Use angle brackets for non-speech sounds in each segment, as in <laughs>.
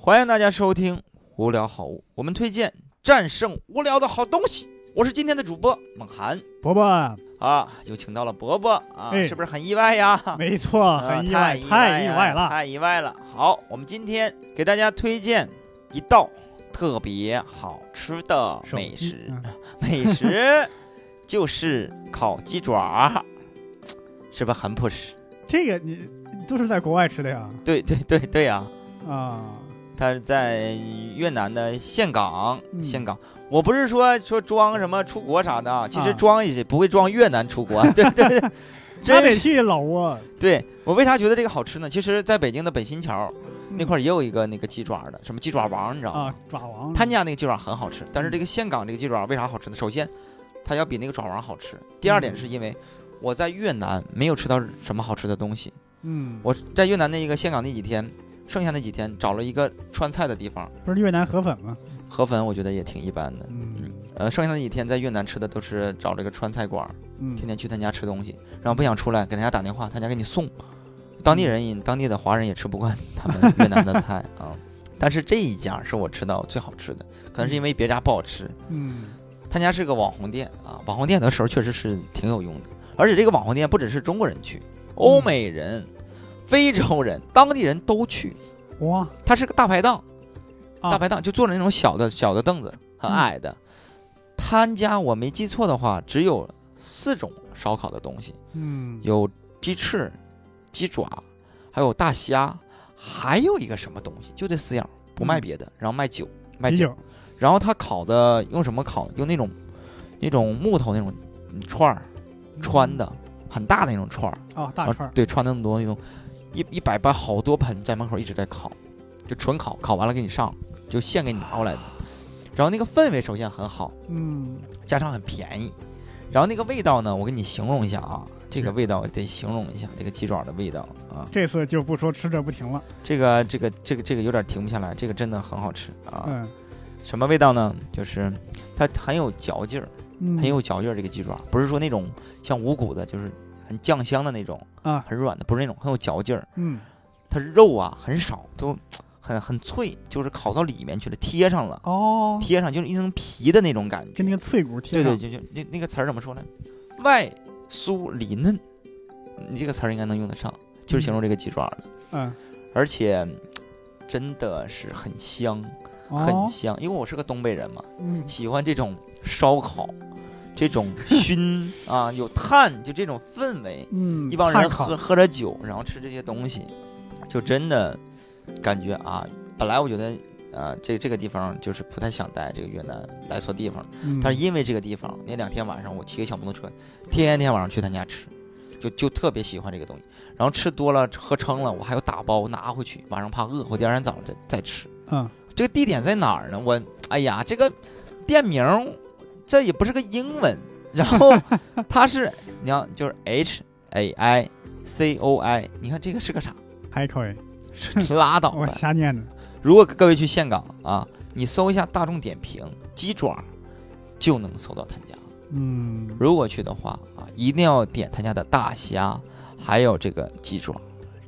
欢迎大家收听《无聊好物》，我们推荐战胜无聊的好东西。我是今天的主播梦涵伯伯，啊，又请到了伯伯啊，哎是不是很意外呀？没错，啊很意太外，太意意外外了。太意外了。好，我们今天给大家推荐一道特别好吃的手美机食，嗯美食就是烤鸡爪， <laughs> 是不是很朴实？这个你都是在国外吃的呀？对对对对呀、啊，它是在越南的岘港，嗯岘港。我不是说说装什么出国啥的啊，其实啊装也不会装越南出 <laughs> 国，啊对对对，那真得是去老挝。对我为啥觉得这个好吃呢？其实，在北京的北新桥那嗯块儿也有一个那个鸡爪的，什么鸡爪王，你知道吗？啊，嗯爪王他家那个鸡爪很好吃，但是这个岘港这个鸡爪为啥好吃呢？首先，它要比那个爪王好吃。第二点嗯是因为我在越南没有吃到什么好吃的东西，嗯，我在越南那一个岘港那几天，剩下那几天找了一个川菜的地方，不是越南河粉吗？河粉我觉得也挺一般的。嗯呃，剩下那几天在越南吃的都是找了一个川菜馆儿，嗯，天天去他家吃东西，然后不想出来，给他家打电话，他家给你送。当地嗯人也、当地的华人也吃不惯他们越南的菜 <laughs> 啊，但是这一家是我吃到最好吃的，可能是因为别家不好吃，嗯他家是个网红店啊，网红店的时候确实是挺有用的，而且这个网红店不只是中国人去，欧嗯美人、非洲人、当地人都去，哇，它是个大排档，啊大排档就坐着那种小的小的凳子，很嗯矮的。他家我没记错的话，只有四种烧烤的东西，嗯有鸡翅、鸡爪，还有大虾，还有一个什么东西，就这四样，不卖嗯别的，然后卖酒，卖啤酒。酒然后他烤的用什么烤？用那种那种木头那种串儿穿的，很大的那种串儿，啊，大啊串儿对，穿那么多那种一一百八好多盆在门口一直在烤，就纯烤，烤完了给你上，就现给你拿过来 <sighs> 的。然后那个氛围首先很好，嗯，加上很便宜，然后那个味道呢，我给你形容一下啊，这嗯个味道我得形容一下，这个鸡爪的味道啊，这次就不说吃着不停了。这个这个这个这个有点停不下来，这个真的很好吃啊。嗯什么味道呢？就是它很有嚼劲儿，嗯，很有嚼劲儿。这个鸡爪不是说那种像五谷的，就是很酱香的那种啊，很软的，不是那种很有嚼劲儿。嗯它肉啊很少，都很很脆，就是烤到里面去了，贴上了，哦，贴上就是一层皮的那种感觉。跟那个脆骨贴对对，上，就就那那个词儿怎么说呢？外酥里嫩，你这个词儿应该能用得上，就是形容这个鸡爪的，嗯，而且真的是很香，很哦，香。因为我是个东北人嘛，嗯喜欢这种烧烤，这种熏啊，有炭，就这种氛围。嗯，一帮碳人烤喝喝着酒，然后吃这些东西，就真的感觉啊，本来我觉得。啊，这这个地方就是不太想待，这个越南来错地方了。嗯但是因为这个地方，那两天晚上我骑个小摩托车，天天晚上去他家吃，就就特别喜欢这个东西。然后吃多了，喝撑了，我还有打包拿回去，晚上怕饿，我第二天早上再再吃。嗯这个地点在哪儿呢？我哎呀，这个店名儿这也不是个英文，然 <laughs> 后它是你要就是 H A I C O I，你看这个是个啥？还可以，是你拉倒我吧！瞎念的。如果各位去岘港啊，你搜一下大众点评鸡爪，就能搜到他家。嗯，如果去的话啊，一定要点他家的大虾，还有这个鸡爪，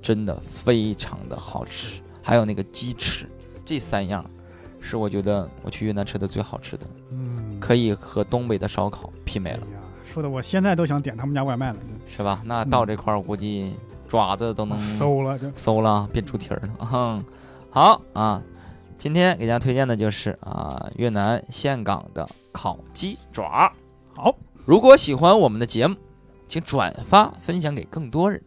真的非常的好吃，还有那个鸡翅，这三样是我觉得我去越南吃的最好吃的，嗯，可以和东北的烧烤媲美了，哎呀，说的我现在都想点他们家外卖了，是吧？那到这块儿，我估计爪子都能收了就。馊了，变猪蹄儿了。 <laughs> 嗯，好啊，今天给大家推荐的就是啊越南岘港的烤鸡爪。好，如果喜欢我们的节目，请转发分享给更多人。